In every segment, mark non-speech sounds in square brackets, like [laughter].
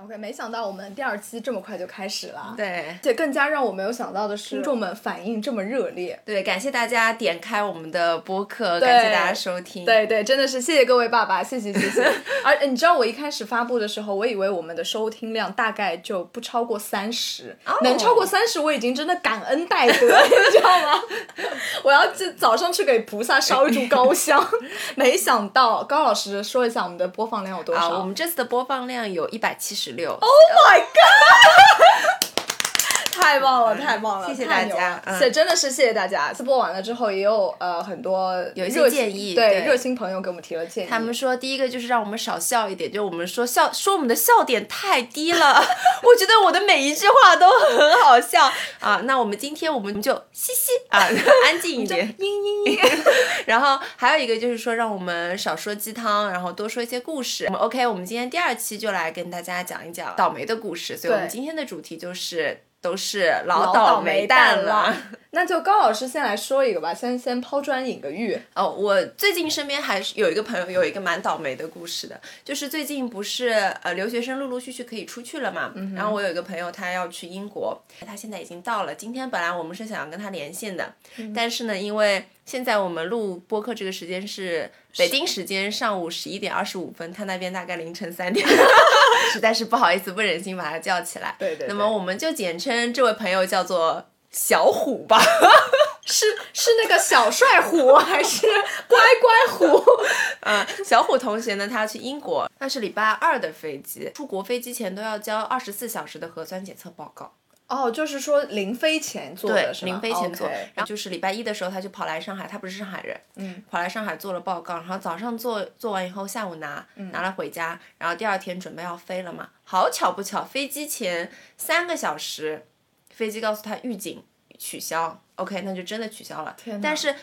OK，没想到我们第二期这么快就开始了，对而且更加让我没有想到的是，是听众们反应这么热烈。对，感谢大家点开我们的播客，对感谢大家收听。对对，真的是谢谢各位爸爸，谢谢 [laughs] 谢谢。而呃你知道我一开始发布的时候，我以为我们的收听量大概就不超过三十、哦能超过三十我已经真的感恩戴德， [laughs] 你知道吗？ [laughs] 我要去早上去给菩萨烧一炷高香。 [laughs] 没想到高老师说一下我们的播放量有多啊，少？我们这次的播放量有一百七十六。太棒了，太棒了，谢谢太牛大家了嗯是真的是谢谢大家。这播完了之后，也有呃很多有一些热心建议对对热心朋友给我们提了建议。他们说，第一个就是让我们少笑一点，就我们说笑说我们的笑点太低了。 [laughs] 我觉得我的每一句话都很好笑啊。那我们今天我们就嘻嘻啊， [laughs] 安静一点。嘤嘤嘤，然后还有一个就是说，让我们少说鸡汤，然后多说一些故事。我们 OK，我们今天第二期就来跟大家讲一讲倒霉的故事。所以我们对今天的主题就是都是老老倒倒霉蛋蛋了。。那就高老师先来说一个吧，先先抛砖引个玉。哦，我最近身边还是有一个朋友有一个蛮倒霉的故事的，就是最近不是呃留学生陆陆续续可以出去了嘛，嗯然后我有一个朋友他要去英国，他现在已经到了。今天本来我们是想要跟他连线的，嗯但是呢，因为现在我们录播客这个时间是北京时间上午十一点二十五分，他那边大概凌晨三点， [laughs] 实在是不好意思，不忍心把他叫起来。对对对那么我们就简称这位朋友叫做小虎吧。是是那个小帅虎还是乖乖虎？嗯， [laughs] 小虎同学呢，他去英国，那是礼拜二的飞机，出国飞机前都要交二十四小时的核酸检测报告。哦，就是说临飞前做对的，是吗？临飞前做 OK 然后就是礼拜一的时候，他就跑来上海，他不是上海人，嗯，跑来上海做了报告，然后早上做做完以后，下午拿、嗯拿了回家，然后第二天准备要飞了嘛，好巧不巧，飞机前三个小时，飞机告诉他预警取消，OK，那就真的取消了天。哪但是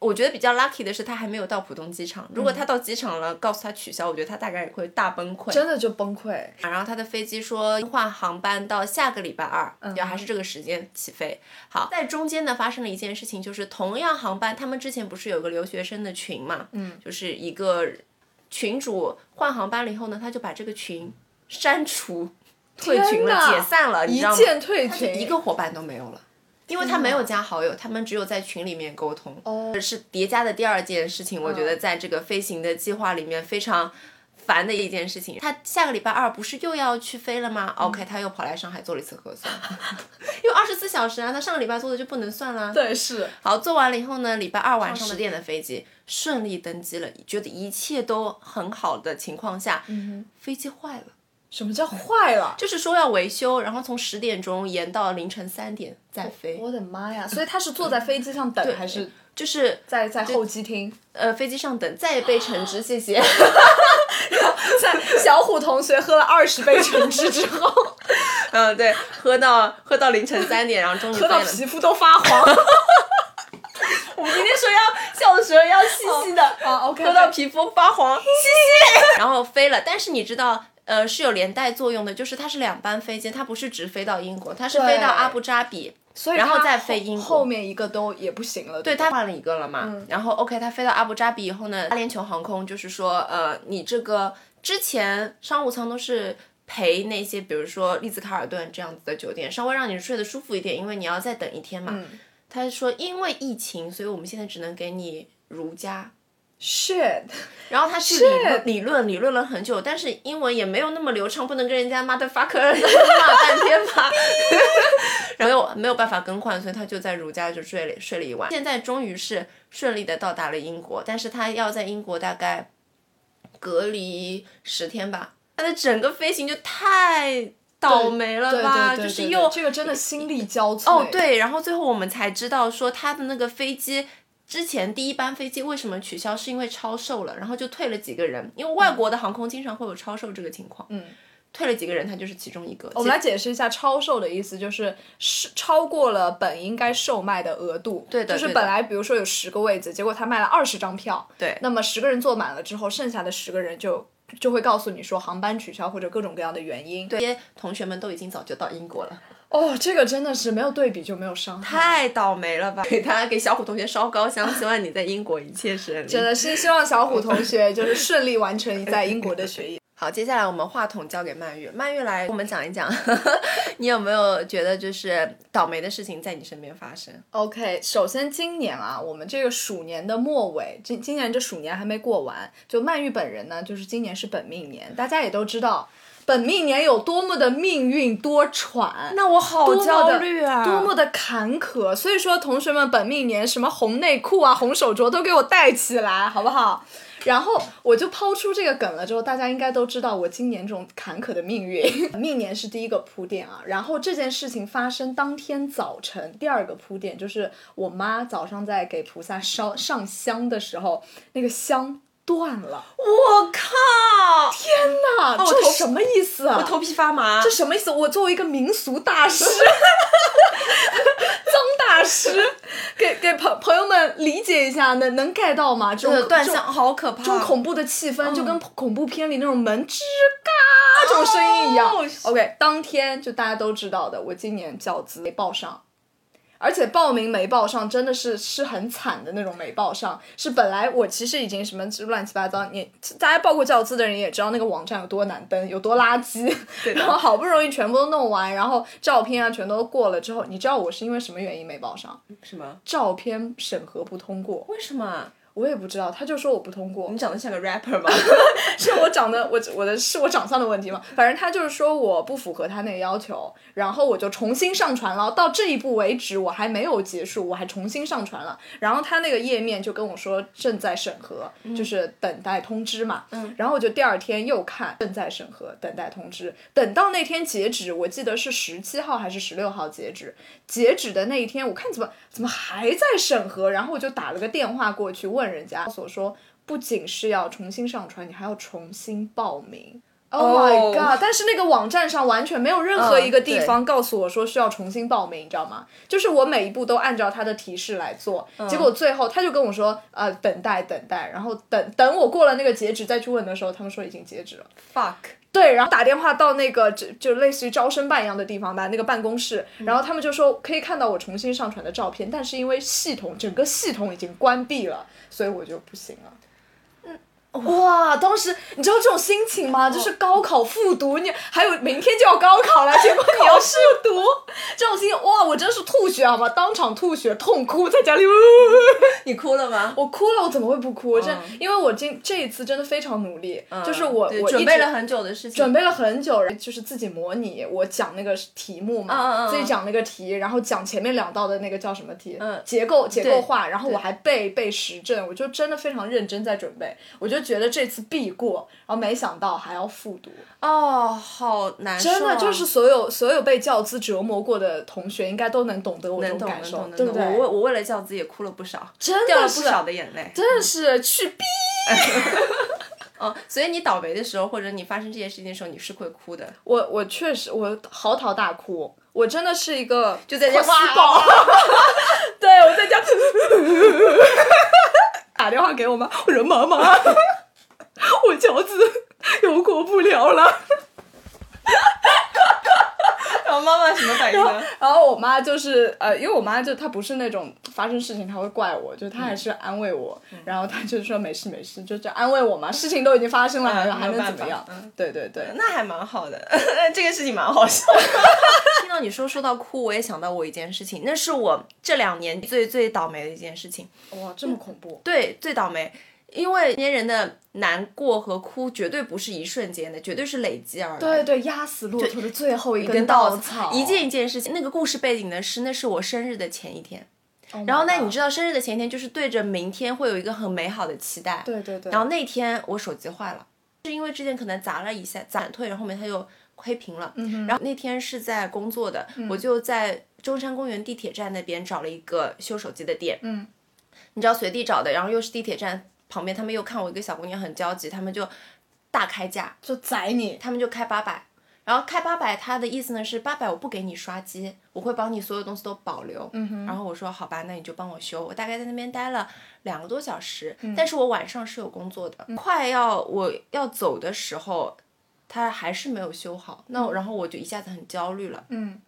我觉得比较 lucky 的是，他还没有到浦东机场，如嗯果他到机场了，告诉他取消，我觉得他大概也会大崩溃。真的就崩溃。然后他的飞机说换航班到下个礼拜二，嗯然后还是这个时间起飞。好，在中间呢发生了一件事情，就是同样航班，他们之前不是有个留学生的群嘛，嗯，就是一个群主换航班了以后呢，他就把这个群删除、退群天了、哪解散了，你一知道吗？键退群，一个伙伴都没有了。因为他没有加好友，他们只有在群里面沟通。哦这是叠加的第二件事情，我觉得在这个飞行的计划里面非常烦的一件事情。他下个礼拜二不是又要去飞了吗？OK，他又跑来上海做了一次核酸， [laughs] 因为二十四小时啊，他上个礼拜做的就不能算啦。对是好，做完了以后呢，礼拜二晚上十点的飞机顺利登机了，觉得一切都很好的情况下，飞机坏了。什么叫坏了？就是说要维修，然后从十点钟延到凌晨三点再飞，我的妈 [laughs] 呀！所以他是坐在飞机上等，还是就是在在候机 [laughs] 厅？呃飞机上等，再也被橙汁，谢谢。在小虎同学喝了二十杯橙汁之后， [laughs] 嗯，对，喝到喝到凌晨三点，然后终于 [laughs] 喝飞到了。皮肤都发黄。 [laughs] 我们今天说要笑的时候要细细的，啊，OK，喝到皮肤发黄，嘻嘻。哦 [laughs] 然后飞了，但是你知道。呃，是有连带作用的，就是它是两班飞机，它不是直飞到英国，它是对飞到阿布扎比，所以然后他再飞英国后后面一个都也不行了。对对吧，他换了一个了嘛。然后 OK，他飞到阿布扎比以后呢，阿联酋航空就是说，呃，你这个之前商务舱都是。陪那些，比如说丽兹卡尔顿这样子的酒店，稍微让你睡得舒服一点，因为你要再等一天嘛。他说，因为疫情，所以我们现在只能给你如家。 shit，然后他去理论理论理论了很久，但是英文也没有那么流畅，不能跟人家 motherfucker [laughs] 骂半天 [laughs] 吧。然后没有办法更换，所以他就在如家就睡了睡了一晚。现在终于是顺利的到达了英国，但是他要在英国大概隔离十天吧。他的整个飞行就太倒霉了对吧，对对，就是对对又这个真的心力交瘁。哦，对，然后最后我们才知道说他的那个飞机。之前第一班飞机为什么取消？是因为超售了，然后就退了几个人，因为外国的航空经常会有超售这个情况。嗯，退了几个人，他就是其中一个。我们来解释一下“超售”的意思，就是是超过了本应该售卖的额度。对的就是对的本来比如说有十个位置，结果他卖了二十张票。对那么十个人坐满了之后，剩下的十个人就就会告诉你说航班取消或者各种各样的原因。对，这些同学们都已经早就到英国了，哦，这个真的是没有对比就没有伤 [laughs] 害。太倒霉了吧！给大家给小虎同学烧高香，希望你在英国一切 [laughs] 顺利。真的是希望小虎同学就是顺利完成在英国的学业。好，接下来我们话筒交给曼玉，曼玉来我们讲一讲， [laughs] 你有没有觉得就是倒霉的事情在你身边发生？ OK，首先今年啊，我们这个鼠年的末尾，今今年这鼠年还没过完，就曼玉本人呢，就是今年是本命年，大家也都知道，本命年有多么的命运多舛。那我好多么焦的虑啊！多么的坎坷，所以说同学们，本命年什么红内裤啊、红手镯都给我戴起来，好不好？然后我就抛出这个梗了之后，大家应该都知道我今年这种坎坷的命运。 [laughs] 命年是第一个铺垫啊，然后这件事情发生当天早晨，第二个铺垫就是我妈早上在给菩萨烧上香的时候，那个香断了。我靠！那、我这头什么意思啊？哦我头皮发麻这。什么意思？我作为一个民俗大师，张大师， [laughs] 给给朋朋友们理解一下，能能 get 到吗？这这个呃种断这相种好可怕！这种恐怖的气氛，嗯就跟恐怖片里那种门吱嘎这种声音一样。哦 OK，当天就大家都知道的，我今年教资没报上。而且报名没报上，真的是是很惨的那种没报上。是本来我其实已经什么乱七八糟，你大家报过教资的人也知道那个网站有多难登，有多垃圾。对的 [laughs] 然后好不容易全部都弄完，然后照片啊全都过了之后，你知道我是因为什么原因没报上？什么？照片审核不通过，为什么？我也不知道，他就说我不通过。你长得像个 rapper [laughs] 吗？是我长得我我的是我长相的问题吗？反正他就是说我不符合他那个要求，然后我就重新上传了。到这一步为止，我还没有结束，我还重新上传了。然后他那个页面就跟我说正在审核，就是等待通知嘛。嗯。然后我就第二天又看正在审核，等待通知。等到那天截止，我记得是十七号还是十六号截止。截止的那一天，我看怎么怎么还在审核，然后我就打了个电话过去问人家，所说不仅是要重新上传，你还要重新报名。Oh my 哦 god！但是那个网站上完全没有任何一个地对方告诉我说需要重新报名，你知道吗？就是我每一步都按照他的提示来做，结果最后他就跟我说，呃，等待等待，然后等等我过了那个截止再去问的时候，他们说已经截止了。 fuck，对，然后打电话到那个就就类似于招生办一样的地方吧，那个办公室，嗯然后他们就说可以看到我重新上传的照片，但是因为系统整个系统已经关闭了，所以我就不行了。嗯嗯哇，当时你知道这种心情哦吗？就是高考复读，你还有明天就要高考了，结果你要复读，这种心情哇，我真是吐血好吗？当场吐血，痛哭在家里。呜嗯你哭了吗？我哭了，我怎么会不哭？我真、嗯因为我今这一次真的非常努力，就是我对我准一备直了很久的事情，准备了很久，然后就是自己模拟我讲那个题目嘛，嗯嗯嗯自己讲那个题，然后讲前面两道的那个叫什么题，嗯结构结构化，然后我还背背实证，我就真的非常认真在准备，我就觉得这次必过，然后没想到还要复读，哦，好难受啊，真的就是所有所有被教资折磨过的同学应该都能懂得我这能种懂感能受懂，对能不懂。对？我为我为了教资也哭了不少，真掉了的不是少的眼泪。真的是去逼。哦，所以你倒霉的时候，或者你发生这些事情的时候，你是会哭的，我我确实我嚎啕大哭，我真的是一个就在家哇哭爆。 [laughs] 对，我在家打电话给我妈，我说 [laughs] 妈妈，我脚趾游过不了了。然后妈妈什么反应呢？然后我妈就是呃，因为我妈就她不是那种发生事情她会怪我，就她还嗯是安慰我，然后她就说没事没事，就就安慰我嘛，事情都已经发生了，还嗯还没有能办怎么法样？对对对，那还蛮好的， [laughs] 这个事情蛮好 [laughs] 笑。听到你说说到哭，我也想到我一件事情，那是我这两年最最倒霉的一件事情。哇，这么恐怖！对，最倒霉，因为成年人的难过和哭绝对不是一瞬间的，绝对是累积而来的。对对，压死骆驼的最后一根跟稻草，一件一件事情。那个故事背景呢是，那是我生日的前一天。然后那你知道，生日的前一天就是对着明天会有一个很美好的期待。对对对，然后那天我手机坏了，是因为之前可能砸了一下，砸退，然后后面它又黑屏了。然后那天是在工作的，我就在中山公园地铁站那边找了一个修手机的店。嗯，你知道随地找的，然后又是地铁站旁边，他们又看我一个小姑娘很焦急，他们就大开价，就宰你，他们就开八百。然后开八百，他的意思呢是八百我不给你刷机，我会把你所有东西都保留。嗯、然后我说好吧，那你就帮我修。我大概在那边待了两个多小时，但是我晚上是有工作的，快要我要走的时候，他还是没有修好。那我然后我就一下子很焦虑了。嗯，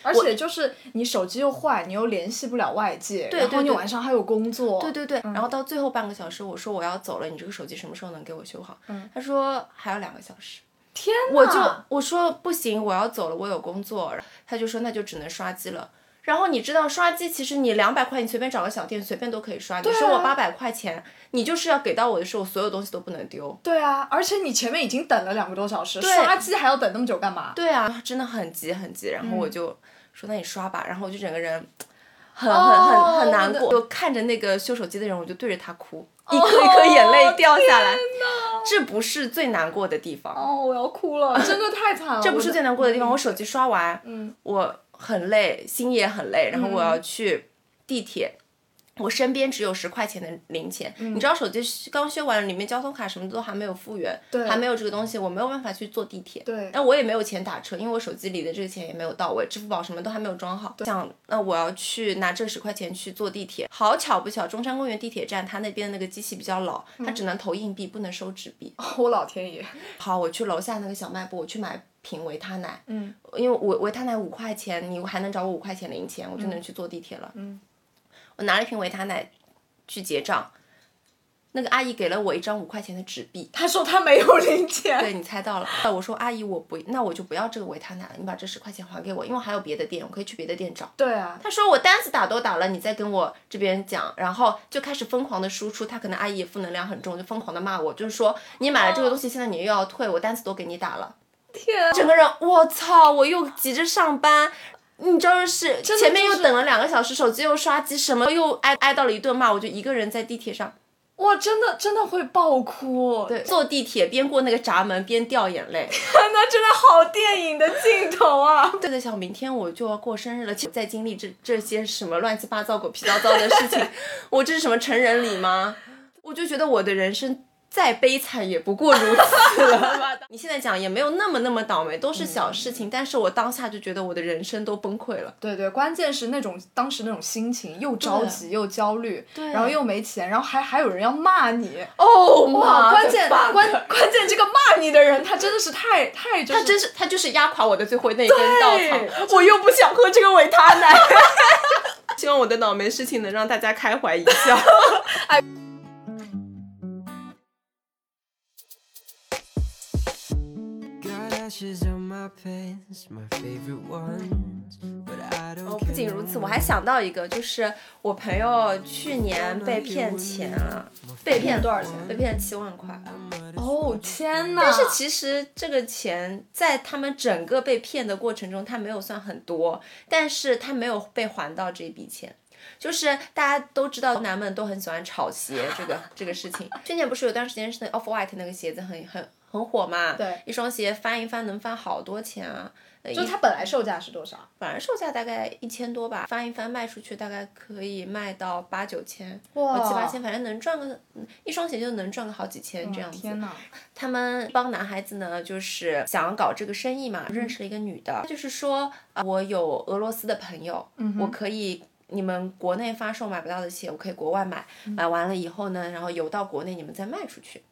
而且就是你手机又坏，你又联系不了外界，对然后对你对晚上还有工作，对对对，然后到最后半个小时，我说我要走了，你这个手机什么时候能给我修好？他说还有两个小时。天哪，我就我说不行，我要走了，我有工作。他就说那就只能刷机了。然后你知道刷机，其实你两百块，你随便找个小店随便都可以刷。啊你收我八百块钱，你就是要给到我的时候，所有东西都不能丢。对啊，而且你前面已经等了两个多小时，刷机还要等那么久干嘛？对啊，真的很急很急。然后嗯我就说那你刷吧，然后我就整个人很哦很很很我难的过，就看着那个修手机的人，我就对着他哭，一哦颗一颗眼泪掉下来。这不是最难过的地方。哦，我要哭了， [laughs] 真的太惨了。这不是我的最难过的地方。我手机刷完，我很累，心也很累，然后我要去地铁。我身边只有十块钱的零钱，你知道手机刚修完了，里面交通卡什么都还没有复原，还没有这个东西，我没有办法去坐地铁。对那我也没有钱打车，因为我手机里的这个钱也没有到位，支付宝什么都还没有装好。想，那我要去拿这十块钱去坐地铁。好巧不巧，中山公园地铁站它那边的那个机器比较老，它只能投硬币，不能收纸币。哦我老天爷，好，我去楼下那个小卖部，我去买瓶维他奶。嗯，因为我维他奶五块钱，你还能找我五块钱零钱，我就能去坐地铁了。嗯，我拿了一瓶维他奶去结账，那个阿姨给了我一张五块钱的纸币。他说他没有零钱，对你猜到了，我说阿姨，我不，那我就不要这个维他奶了，你把这十块钱还给我，因为我还有别的店，我可以去别的店找。对啊，他说我单子打都打了，你再跟我这边讲，然后就开始疯狂的输出。他可能阿姨也负能量很重，就疯狂的骂我，就是说你买了这个东西，现在你又要退，我单子都给你打了。天啊，整个人，我操！我又急着上班，你知道是真的前面就又是等了两个小时，手机又刷机，什么又挨挨到了一顿骂，我就一个人在地铁上，哇，真的真的会爆哭，对，坐地铁边过那个闸门边掉眼泪。 [laughs] 那真的好电影的镜头啊！对的，想明天我就要过生日了，其实在经历这这些什么乱七八糟、狗屁叨叨的事情， [laughs] 我这是什么成人礼吗？我就觉得我的人生。再悲惨也不过如此了 [laughs] 吧？你现在讲也没有那么那么倒霉，都是小事情。但是我当下就觉得我的人生都崩溃了。对对，关键是那种当时那种心情，又着急又焦虑，然后又没钱，然后还还有人要骂你，哦哇！关键关。关关键这个骂你的人，他真的是太太就他是真是他就是压垮我的最后那一根稻草对，我又不想喝这个维他奶。 [laughs] 希望我的倒霉事情能让大家开怀一 [laughs] 笑。 Got ashes on my pants, my favorite ones, but I don't 哦， care 不仅如此， no 我还想到一个，就是我朋友去年被骗钱了，被骗多少钱被骗七万块。哦天哪！但是其实这个钱在他们整个被骗的过程中，他没有算很多，但是他没有被还到这笔钱。就是大家都知道，男们都很喜欢炒鞋这 [laughs] 个这个事情。去年不是有段时间是那 Off White 那个鞋子很很很火嘛？对一双鞋翻一翻能翻好多钱啊！就它本来售价是多少？反正售价大概一千多吧，翻一翻卖出去大概可以卖到八九千，哇七八千，反正能赚个嗯一双鞋就能赚个好几千这样子。天哪！他们一帮男孩子呢，就是想要搞这个生意嘛，认识了一个女的，她就是说，啊，我有俄罗斯的朋友，我可以。你们国内发售买不到的鞋，我可以国外买，买完了以后呢，然后邮到国内，你们再卖出去。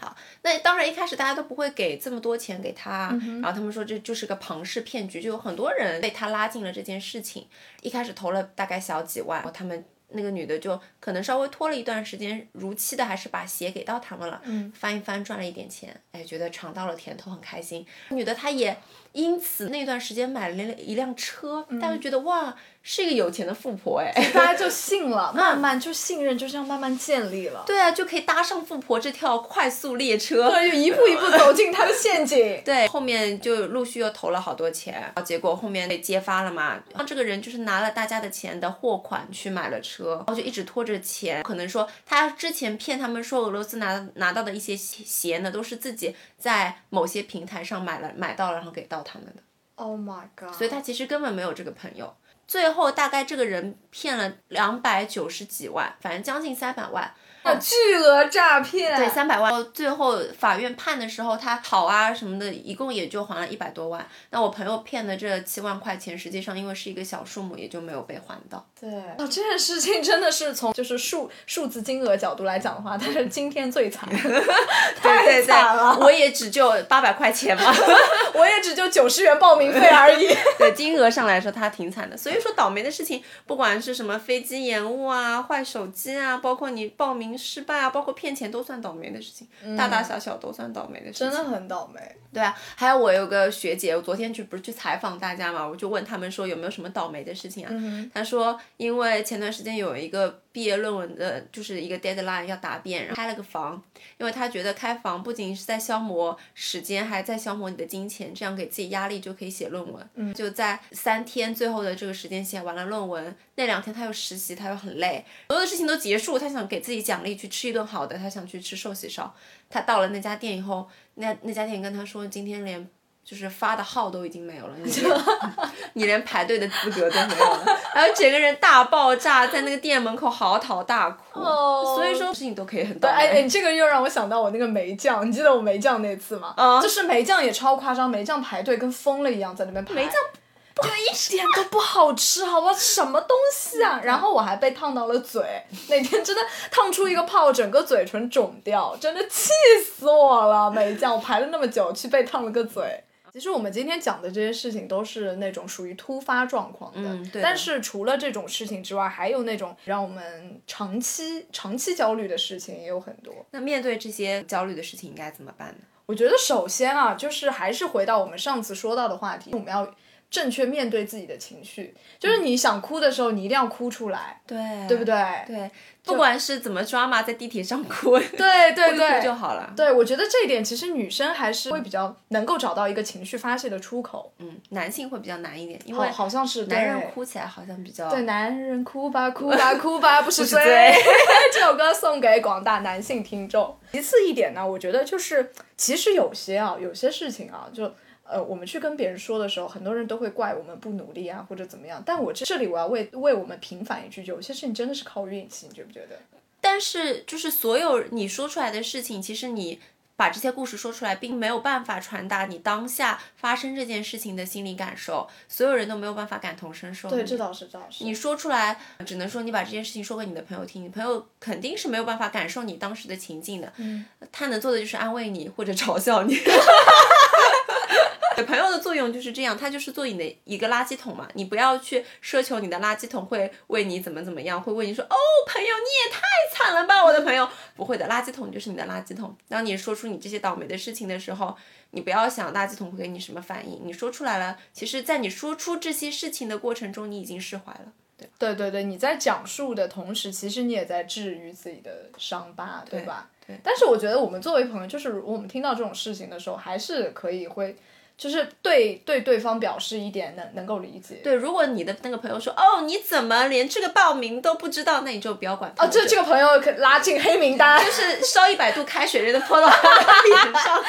好，那当然一开始大家都不会给这么多钱给他，然后他们说这就是个庞氏骗局，就有很多人被他拉进了这件事情。一开始投了大概小几万，然后他们那个女的就可能稍微拖了一段时间，如期的还是把鞋给到他们了，嗯翻一翻赚了一点钱，哎，觉得尝到了甜头，很开心。女的她也因此那段时间买了一辆车，大家嗯就觉得哇，是一个有钱的富婆哎。大家就信了，慢慢就信任就这样慢慢建立了， [laughs] 对啊，就可以搭上富婆这条快速列车。对，就一步一步走进他的陷阱。对，后面就陆续又投了好多钱，然后结果后面被揭发了嘛。然后这个人就是拿了大家的钱的货款去买了车，然后就一直拖着钱。可能说他之前骗他们说俄罗斯拿拿到的一些鞋鞋呢，都是自己在某些平台上买了买到了，然后给到他们的。 Oh my god！所以他其实根本没有这个朋友。最后大概这个人骗了两百九十几万，反正将近三百万。巨额诈骗，对，三百万。最后法院判的时候，他跑啊什么的，一共也就还了一百多万。那我朋友骗的这七万块钱，实际上因为是一个小数目，也就没有被还到。对，哦，这件事情真的是从就是数数字金额角度来讲的话，它是今天最惨， [laughs] 太对对惨了。，我也只就八百块钱嘛。 [laughs] 我也只就九十元报名费而已。对金额上来说，他挺惨的。所以说倒霉的事情，不管是什么飞机延误啊、坏手机啊，包括你报名失败啊，包括骗钱，都算倒霉的事情，大大小小都算倒霉的事情。嗯真的很倒霉。对啊，还有我有个学姐，我昨天去不是去采访大家嘛，我就问他们说有没有什么倒霉的事情啊？她说因为前段时间有一个毕业论文的，就是一个 deadline 要答辩，然后开了个房，因为她觉得开房不仅是在消磨时间，还在消磨你的金钱，这样给自己压力就可以写论文。嗯，就在三天最后的这个时间写完了论文，那两天她又实习，她又很累，所有的事情都结束，她想给自己奖励，去吃一顿好的，她想去吃寿喜烧。她到了那家店以后，那那家店跟她说，今天连就是发的号都已经没有了，你连 [laughs] 你连排队的资格都没有了，然后整个人大爆炸，在那个店门口嚎啕大哭。哦所以说事情都可以很倒对，哎哎，霉。你这个又让我想到我那个梅酱，你记得我梅酱那次吗？啊就是梅酱也超夸张，梅酱排队跟疯了一样在那边排。梅酱对，一点都不好吃，好吧，什么东西嗯啊？然后我还被烫到了嘴，那天真的烫出一个泡，整个嘴唇肿掉，真的气死我了！梅酱，我排了那么久，去被烫了个嘴。其实我们今天讲的这些事情都是那种属于突发状况的，嗯对的但是除了这种事情之外，还有那种让我们长期长期焦虑的事情也有很多。那面对这些焦虑的事情应该怎么办呢？我觉得首先啊，就是还是回到我们上次说到的话题，我们要正确面对自己的情绪。就是你想哭的时候，你一定要哭出来，对，对不对？对，哎不管是怎么抓嘛，在地铁上哭，对对对哭对，就好了。对，我觉得这一点其实女生还是会比较能够找到一个情绪发泄的出口。嗯，男性会比较难一点，因好，为好像是男人对哭起来好像比较对，男人哭 [laughs] 吧哭吧哭吧不是是罪罪。 [laughs] 这首歌送给广大男性听众。其次一点呢，我觉得就是，其实有些啊，有些事情啊，就呃，我们去跟别人说的时候，很多人都会怪我们不努力啊，或者怎么样。但我这这里我要为为我们平反一句，有些事情真的是靠运气，你觉不觉得？但是就是所有你说出来的事情，其实你把这些故事说出来，并没有办法传达你当下发生这件事情的心理感受，所有人都没有办法感同身受。对，这倒是，这倒是。你说出来，只能说你把这件事情说给你的朋友听，你朋友肯定是没有办法感受你当时的情境的。嗯，他能做的就是安慰你或者嘲笑你。 [laughs] 朋友的作用就是这样，他就是做你的一个垃圾桶嘛。你不要去奢求你的垃圾桶会为你怎么怎么样，会为你说哦，朋友你也太惨了吧，我的朋友不会的，垃圾桶就是你的垃圾桶。当你说出你这些倒霉的事情的时候，你不要想垃圾桶会给你什么反应，你说出来了，其实，在你说出这些事情的过程中，你已经释怀了。对对对，你在讲述的同时，其实你也在治愈自己的伤疤，对吧？对但是我觉得我们作为朋友，就是如果我们听到这种事情的时候，还是可以会，就是对对对方表示一点能能够理解。对，如果你的那个朋友说，哦，你怎么连这个报名都不知道，那你就不要管他。哦，这这个朋友可拉进黑名单，就是烧一百度开水，人都泼到他脸上。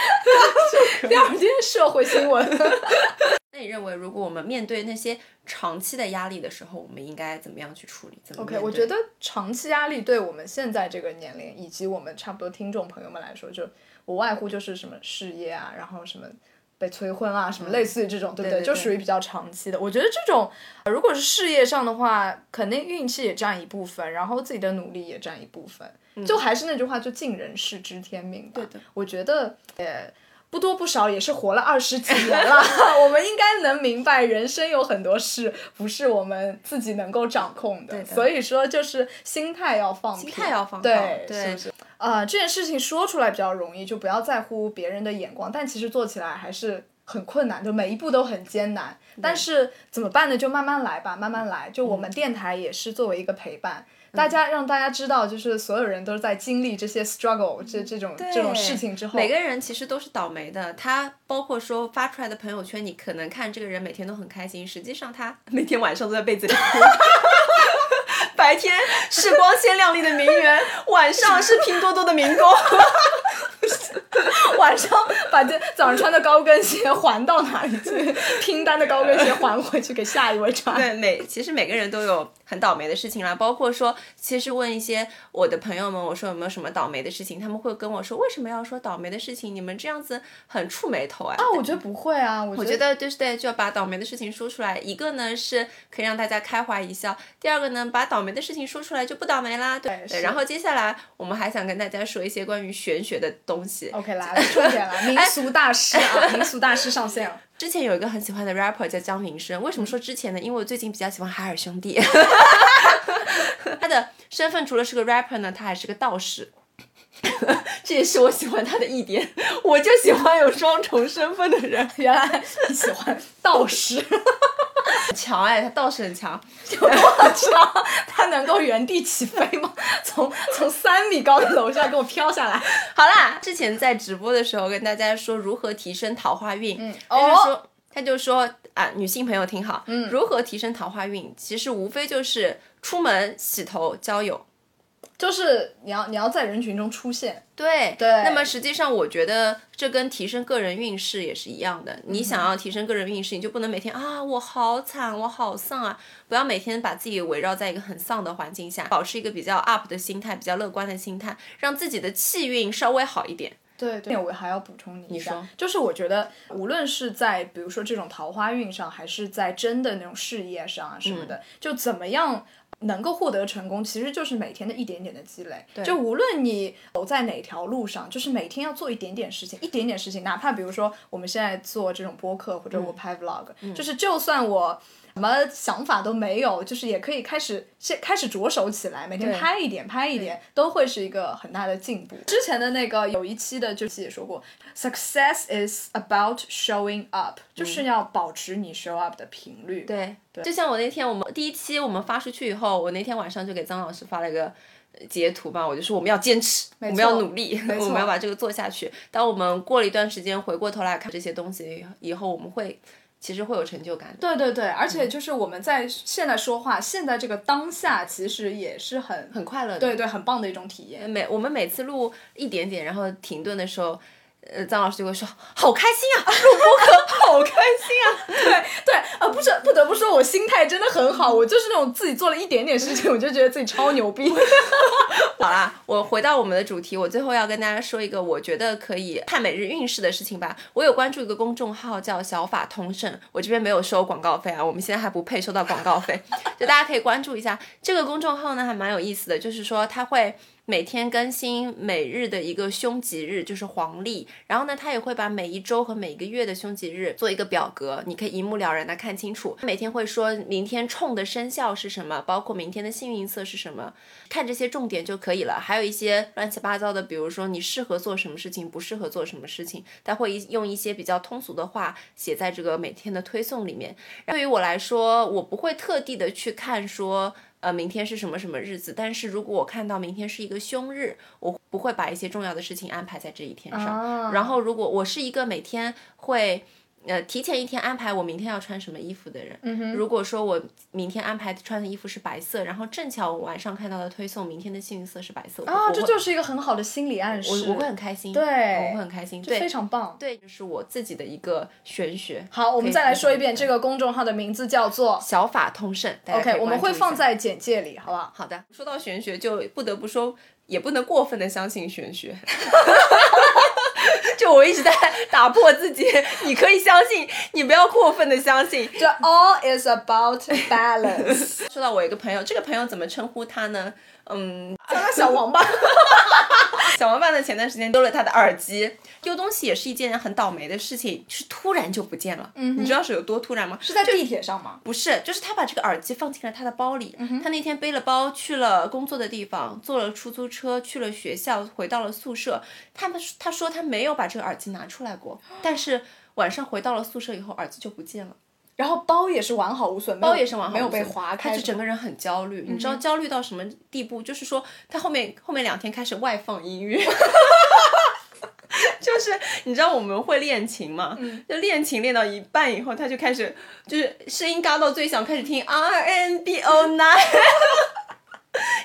[laughs] 第二天社会新闻。那你认为，如果我们面对那些长期的压力的时候，我们应该怎么样去处理？怎么 OK，面我对觉得长期压力对我们现在这个年龄以及我们差不多听众朋友们来说，就无外乎就是什么事业啊，然后什么被催婚啊，什么类似于这种，对不嗯对对就属于比较长期的。我觉得这种呃如果是事业上的话，肯定运气也占一部分，然后自己的努力也占一部分。嗯就还是那句话，就尽人事，知天命吧。对的，我觉得呃。不多不少也是活了二十几年 [laughs] 了，我们应该能明白，人生有很多事不是我们自己能够掌控的，对的所以说就是心态要放平，心态要放对放对是不是？呃，这件事情说出来比较容易，就不要在乎别人的眼光，但其实做起来还是很困难，就每一步都很艰难。但是怎么办呢？就慢慢来吧，慢慢来。就我们电台也是作为一个陪伴。大家让大家知道，就是所有人都是在经历这些 struggle 这这种这种事情之后，每个人其实都是倒霉的。他包括说发出来的朋友圈，你可能看这个人每天都很开心，实际上他每天晚上都在被子里哭。 [laughs] 白天是光鲜亮丽的名媛，晚上是拼多多的民工。 [laughs] 晚上 [laughs] 把这早上穿的高跟鞋还到哪里去？拼单的高跟鞋还回去给下一位穿。对，每其实每个人都有很倒霉的事情啦。包括说，其实问一些我的朋友们，我说有没有什么倒霉的事情，他们会跟我说为什么要说倒霉的事情？你们这样子很触眉头啊。啊，我觉得不会啊，我我觉觉得就是对，就要把倒霉的事情说出来。一个呢是可以让大家开怀一笑，第二个呢把倒霉的事情说出来就不倒霉啦。对对，对是然后接下来我们还想跟大家说一些关于玄学的东西。 OK 来了，重 [laughs] 点来，民俗大师啊，民俗大师上线了。之前有一个很喜欢的 rapper 叫江民生，为什么嗯说之前呢？因为我最近比较喜欢海尔兄弟。 [laughs] 他的身份除了是个 rapper 呢，他还是个道士。这也是我喜欢他的一点，我就喜欢有双重身份的人。 [laughs] 原来你喜欢道士， [laughs] 强哎，他道士很强。我知道他能够原地起飞吗？ [laughs] 从从三米高的楼上给我飘下来，好啦，之前在直播的时候跟大家说如何提升桃花运，嗯他就哦说、他就说啊，女性朋友听好，嗯，如何提升桃花运，其实无非就是出门、洗头、交友。就是你要你要在人群中出现，对对那么实际上，我觉得这跟提升个人运势也是一样的。你想要提升个人运势，你就不能每天啊，我好惨，我好丧啊！不要每天把自己围绕在一个很丧的环境下，保持一个比较 up 的心态，比较乐观的心态，让自己的气运稍微好一点。对对，我还要补充你一下说，就是我觉得无论是在比如说这种桃花运上，还是在真的那种事业上啊什么的，就怎么样。能够获得成功，其实就是每天的一点点的积累。就无论你走在哪条路上，就是每天要做一点点事情，一点点事情。哪怕比如说我们现在做这种播客，或嗯者我拍 vlog，、就是就算我什么想法都没有，就是也可以开始先开始着手起来，每天对拍一点，拍一点，都会是一个很大的进步。之前的那个有一期的就是也说过，success is about showing up，、就是要保持你 show up 的频率。嗯对，就像我那天我们第一期我们发出去以后，我那天晚上就给张老师发了一个呃截图吧，我就说我们要坚持，我们要努力，没错我们要把这个做下去。当我们过了一段时间回过头来看这些东西以后，我们会其实会有成就感的。对对对，而嗯且就是我们在现在说话，现在这个当下其实也是很很快乐的，对对很棒的一种体 [laughs] 验。每我们每次录一点点，然后停顿的时候，呃，张老师就会说好开心啊，好开心啊！ [laughs] 对对啊，不是不得不说，我心态真的很好，我就是那种自己做了一点点事情，我就觉得自己超牛 [laughs] 逼。好啦，我回到我们的主题，我最后要跟大家说一个我觉得可以看每日运势的事情吧。我有关注一个公众号叫“小法通胜”，我这边没有收广告费啊，我们现在还不配收到广告费， [laughs] 就大家可以关注一下这个公众号呢，还蛮有意思的，就是说它会。每天更新每日的一个凶吉日，就是黄历。然后呢，它也会把每一周和每一个月的凶吉日做一个表格，你可以一目了然的看清楚。每天会说明天冲的生肖是什么，包括明天的幸运色是什么，看这些重点就可以了。还有一些乱七八糟的，比如说你适合做什么事情，不适合做什么事情，它会一用一些比较通俗的话写在这个每天的推送里面。对于我来说，我不会特地的去看说。呃，明天是什么什么日子？但是如果我看到明天是一个凶日，我不会把一些重要的事情安排在这一天上。啊然后，如果我是一个每天会呃提前一天安排我明天要穿什么衣服的人，嗯如果说我明天安排穿的衣服是白色，然后正巧我晚上看到的推送明天的幸运色是白色，啊，我这会就是一个很好的心理暗示，我我会很开心，对我会很开心，对非常棒。对，这是我自己的一个玄学。好，我们再来说一可遍，以这个公众号的名字叫做小法通胜大家可以 OK，我们关注会一放下在简介里，好不好？好的。说到玄学，就不得不说，也不能过分的相信玄 [laughs] 学。就我一直在打破自己，你可以相信，你不要过分的相信。这 all is about [laughs] balance。说到我一个朋友，这个朋友怎么称呼他呢？嗯，叫他小王吧。小王八呢前段时间丢了他的耳机，丢东西也是一件很倒霉的事情，就是突然就不见了。嗯，你知道是有多突然吗？是在地铁上吗？不是，就是他把这个耳机放进了他的包里。他那天背了包去了工作的地方，坐了出租车去了学校，回到了宿舍。他们他说他没有把这个耳机拿出来过，但是晚上回到了宿舍以后，耳机就不见了。然后包也是完好无损，包也是完好无没有损，被划开，嗯他就整个人很焦虑。你知道焦虑到什么地步？就是说他后面后面两天开始外放音乐。 [laughs] 就是你知道我们会练琴嘛？嗯就练琴练到一半以后，他就开始就是声音嘎到最响，开始听 R N B O Night。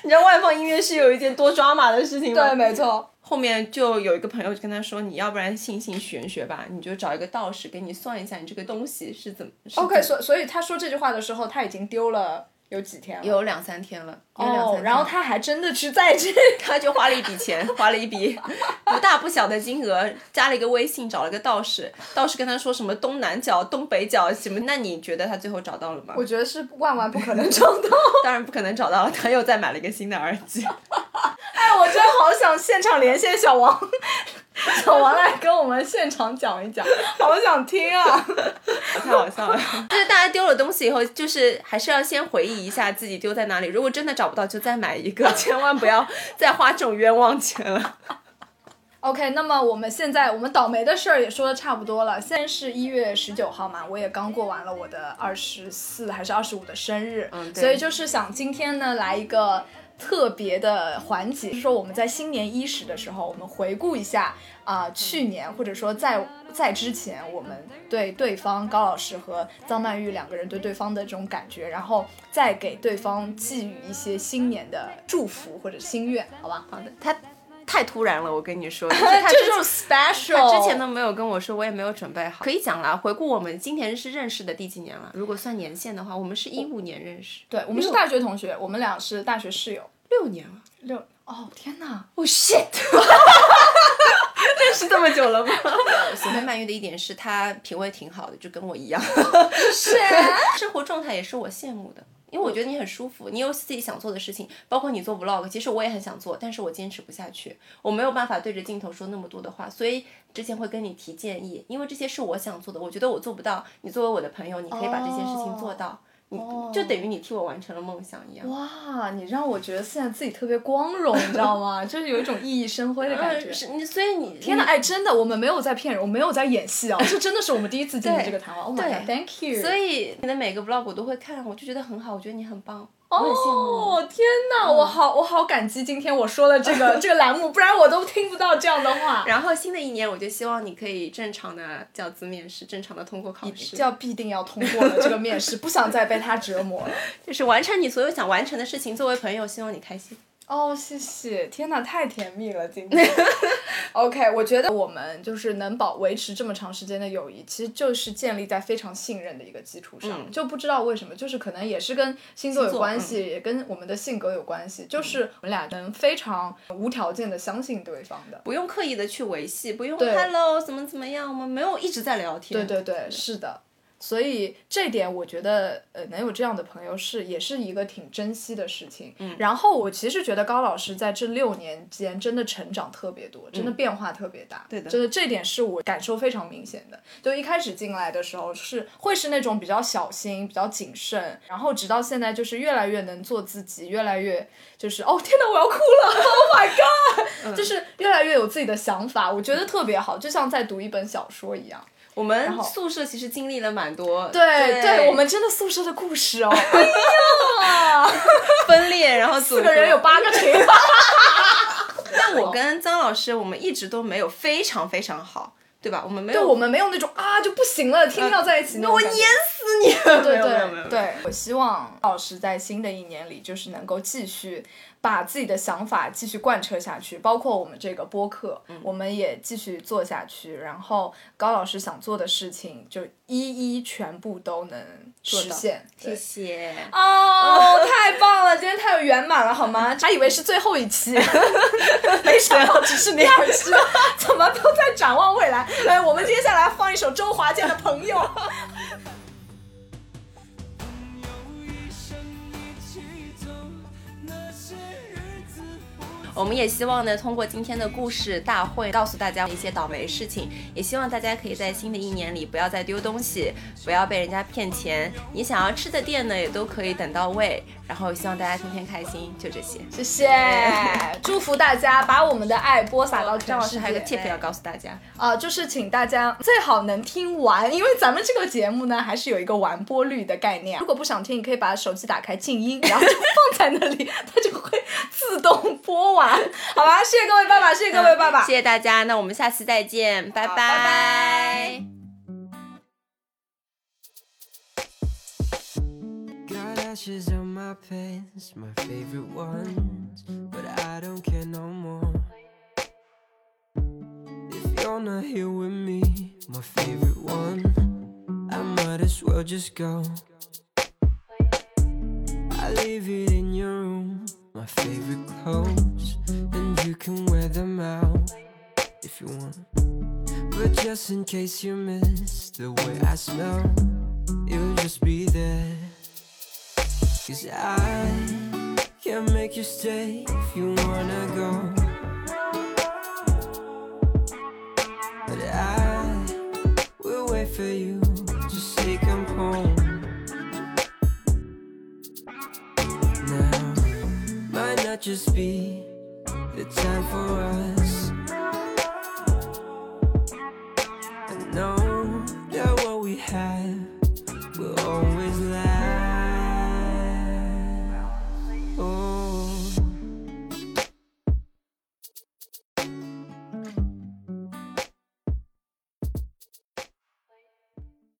你知道外放音乐是有一件多抓马的事情吗？对，没错。后面就有一个朋友就跟他说，你要不然信信玄学吧，你就找一个道士给你算一下你这个东西是怎么。是 OK，怎么所所以他说这句话的时候，他已经丢了有几天了？有两三天了，有两三哦，天然后他还真的去在这，他就花了一笔 [laughs] 钱，花了一笔不大不小的金额，加了一个微信，找了个道士，道士跟他说什么东南角、东北角什么，那你觉得他最后找到了吗 [laughs] 我？觉得是万万不可能找到。 [laughs] 当然不可能找到了，他又再买了一个新的耳 [laughs] 机。哎，我真好想现场连线小王， [laughs] 小王来跟我们现场讲一讲，好想听啊！太好笑了。就是大家丢了东西以后，就是还是要先回忆一下自己丢在哪里。如果真的找不到，就再买一 [laughs] 个，千万不要再花这种冤枉钱了。 OK，那么我们现在我们倒霉的事儿也说的差不多了。现在是一月十九号嘛，我也刚过完了我的二十四还是二十五的生日，嗯对所以就是想今天呢来一个特别的环节，就是说我们在新年伊始的时候，我们回顾一下啊、去年或者说在在之前我们对对方高老师和张曼玉两个人对对方的这种感觉，然后再给对方寄予一些新年的祝福或者心愿，好吧？好的，他太突然了，我跟你说，就是他哦 [laughs] 他这这种种。 special，他之前都没有跟我说，我也没有准备好，哦可以讲啦。回顾我们今年是认识的第几年了？如果算年限的话，我们是一五年认识，对，我们是大学同学，我们俩是大学室友。六年 [laughs] 了。六哦天 [laughs] 哪！哦、shit，认识这么久 [laughs] 了吗？喜欢呃曼玉的一点是她品味挺好的，就跟我一样。是生活状态也是我羡慕的，因为我觉得你很舒服，你有自己想做的事情，包括你做 vlog，其实我也很想做，但是我坚持不下去，我没有办法对着镜头说那么多的话，所以之前会跟你提建议，因为这些是我想做的，我觉得我做不到，你作为我的朋友，你可以把这件事情做到，你就等于你替我完成了梦想一样。哦哇，你让我觉得现在自己特别光荣，你知道吗？就是有一种熠熠生辉的感觉嗯，。是你，所以你天哪！哎，真的，我们没有在骗人，我没有在演戏啊，这真的是我们第一次经历对这个谈话。Oh 对 my god，thank you！所以你的每个 vlog 我都会看，我就觉得很好，我觉得你很棒，我很羡慕你。哦，天哪！我好，我好感激今天我说了这 [laughs] 个这个栏目，不然我都听不到这样的话。然后新的一年，我就希望你可以正常的教资面试，正常的通过考试，要必定要通过了这个面试，不想再被他折磨了。就是完成你所有想完成的事情。作为朋友，希望你开心。哦，谢谢！天哪，太甜蜜了，今天。OK，我觉得我们就是能保维持这么长时间的友谊，其实就是建立在非常信任的一个基础上。嗯就不知道为什么，就是可能也是跟星座星有座嗯关系，也跟我们的性格有关系，就是我们俩能非常无条件的相信对方的。不用刻意的去维系，不用对 hello 怎么怎么样，我们没有一直在聊天。对对对，是的。所以这点我觉得，呃，能有这样的朋友是也是一个挺珍惜的事情。嗯，然后我其实觉得高老师在这六年间真的成长特别多，真的变化特别大。对的真嗯的这点是我感受非常明显的。就一开始进来的时候是会是那种比较小心、比较谨慎，然后直到现在就是越来越能做自己，越来越就是哦天哪，我要哭了，Oh my god，、就是越来越有自己的想法，我觉得特别好，就像在读一本小说一样。我然后们宿舍其实经历了蛮多，对对我们真的宿舍的故事 [laughs] 哦，分裂，然后四四个人有。八 [laughs] 个群，但我跟张老师，我们一直都没有非常非常好，对吧？我们没对有，我们没有那种啊就不行了，天天要在一起那种我感碾觉。死你！对没呃有没有没对有对，我希望老师在新的一年里，就是能够继续把自己的想法继续贯彻下去，包括我们这个播客，嗯我们也继续做下去。然后高老师想做的事情，就一一全部都能做实到现。谢对谢。哦，太棒了！今天太圆满了，好 [laughs] 吗？还以为是最后一期， [laughs] 没想到只是第二期， [laughs] 怎么都在展望未来。哎，我们接下来放一首周华健的《朋 [laughs] 友》。朋友一生一起走，那些日子不我们也希望呢，通过今天的故事大会，告诉大家一些倒霉事情，也希望大家可以在新的一年里不要再丢东西，不要被人家骗钱。你想要吃的店呢，也都可以等到位。然后希望大家天天开心，就这些。谢谢，祝福大家把我们的爱播撒到张全老世师还有个界 tip 要告诉大家，啊、就是请大家最好能听完，因为咱们这个节目呢，还是有一个完播率的概念。如果不想听，你可以把手机打开静音，然后就放在那里，它就会自动播完。好吧，谢谢各位爸爸，谢谢各位爸爸，谢谢大家，那我们下期再见，拜拜。好拜拜 Got ashes on my pants, my favorite ones, but I don't care no more. If you're not here with me, my favorite one, I might as well just go. I I leave it in your room, my favorite clothes, and you can wear them out if you want. But just in case you miss the way I smell, it'll just be there. Cause I can make you stay if you wanna go. But I will wait for you to say come home. now might not just be the time for us. I know that what we have Oh.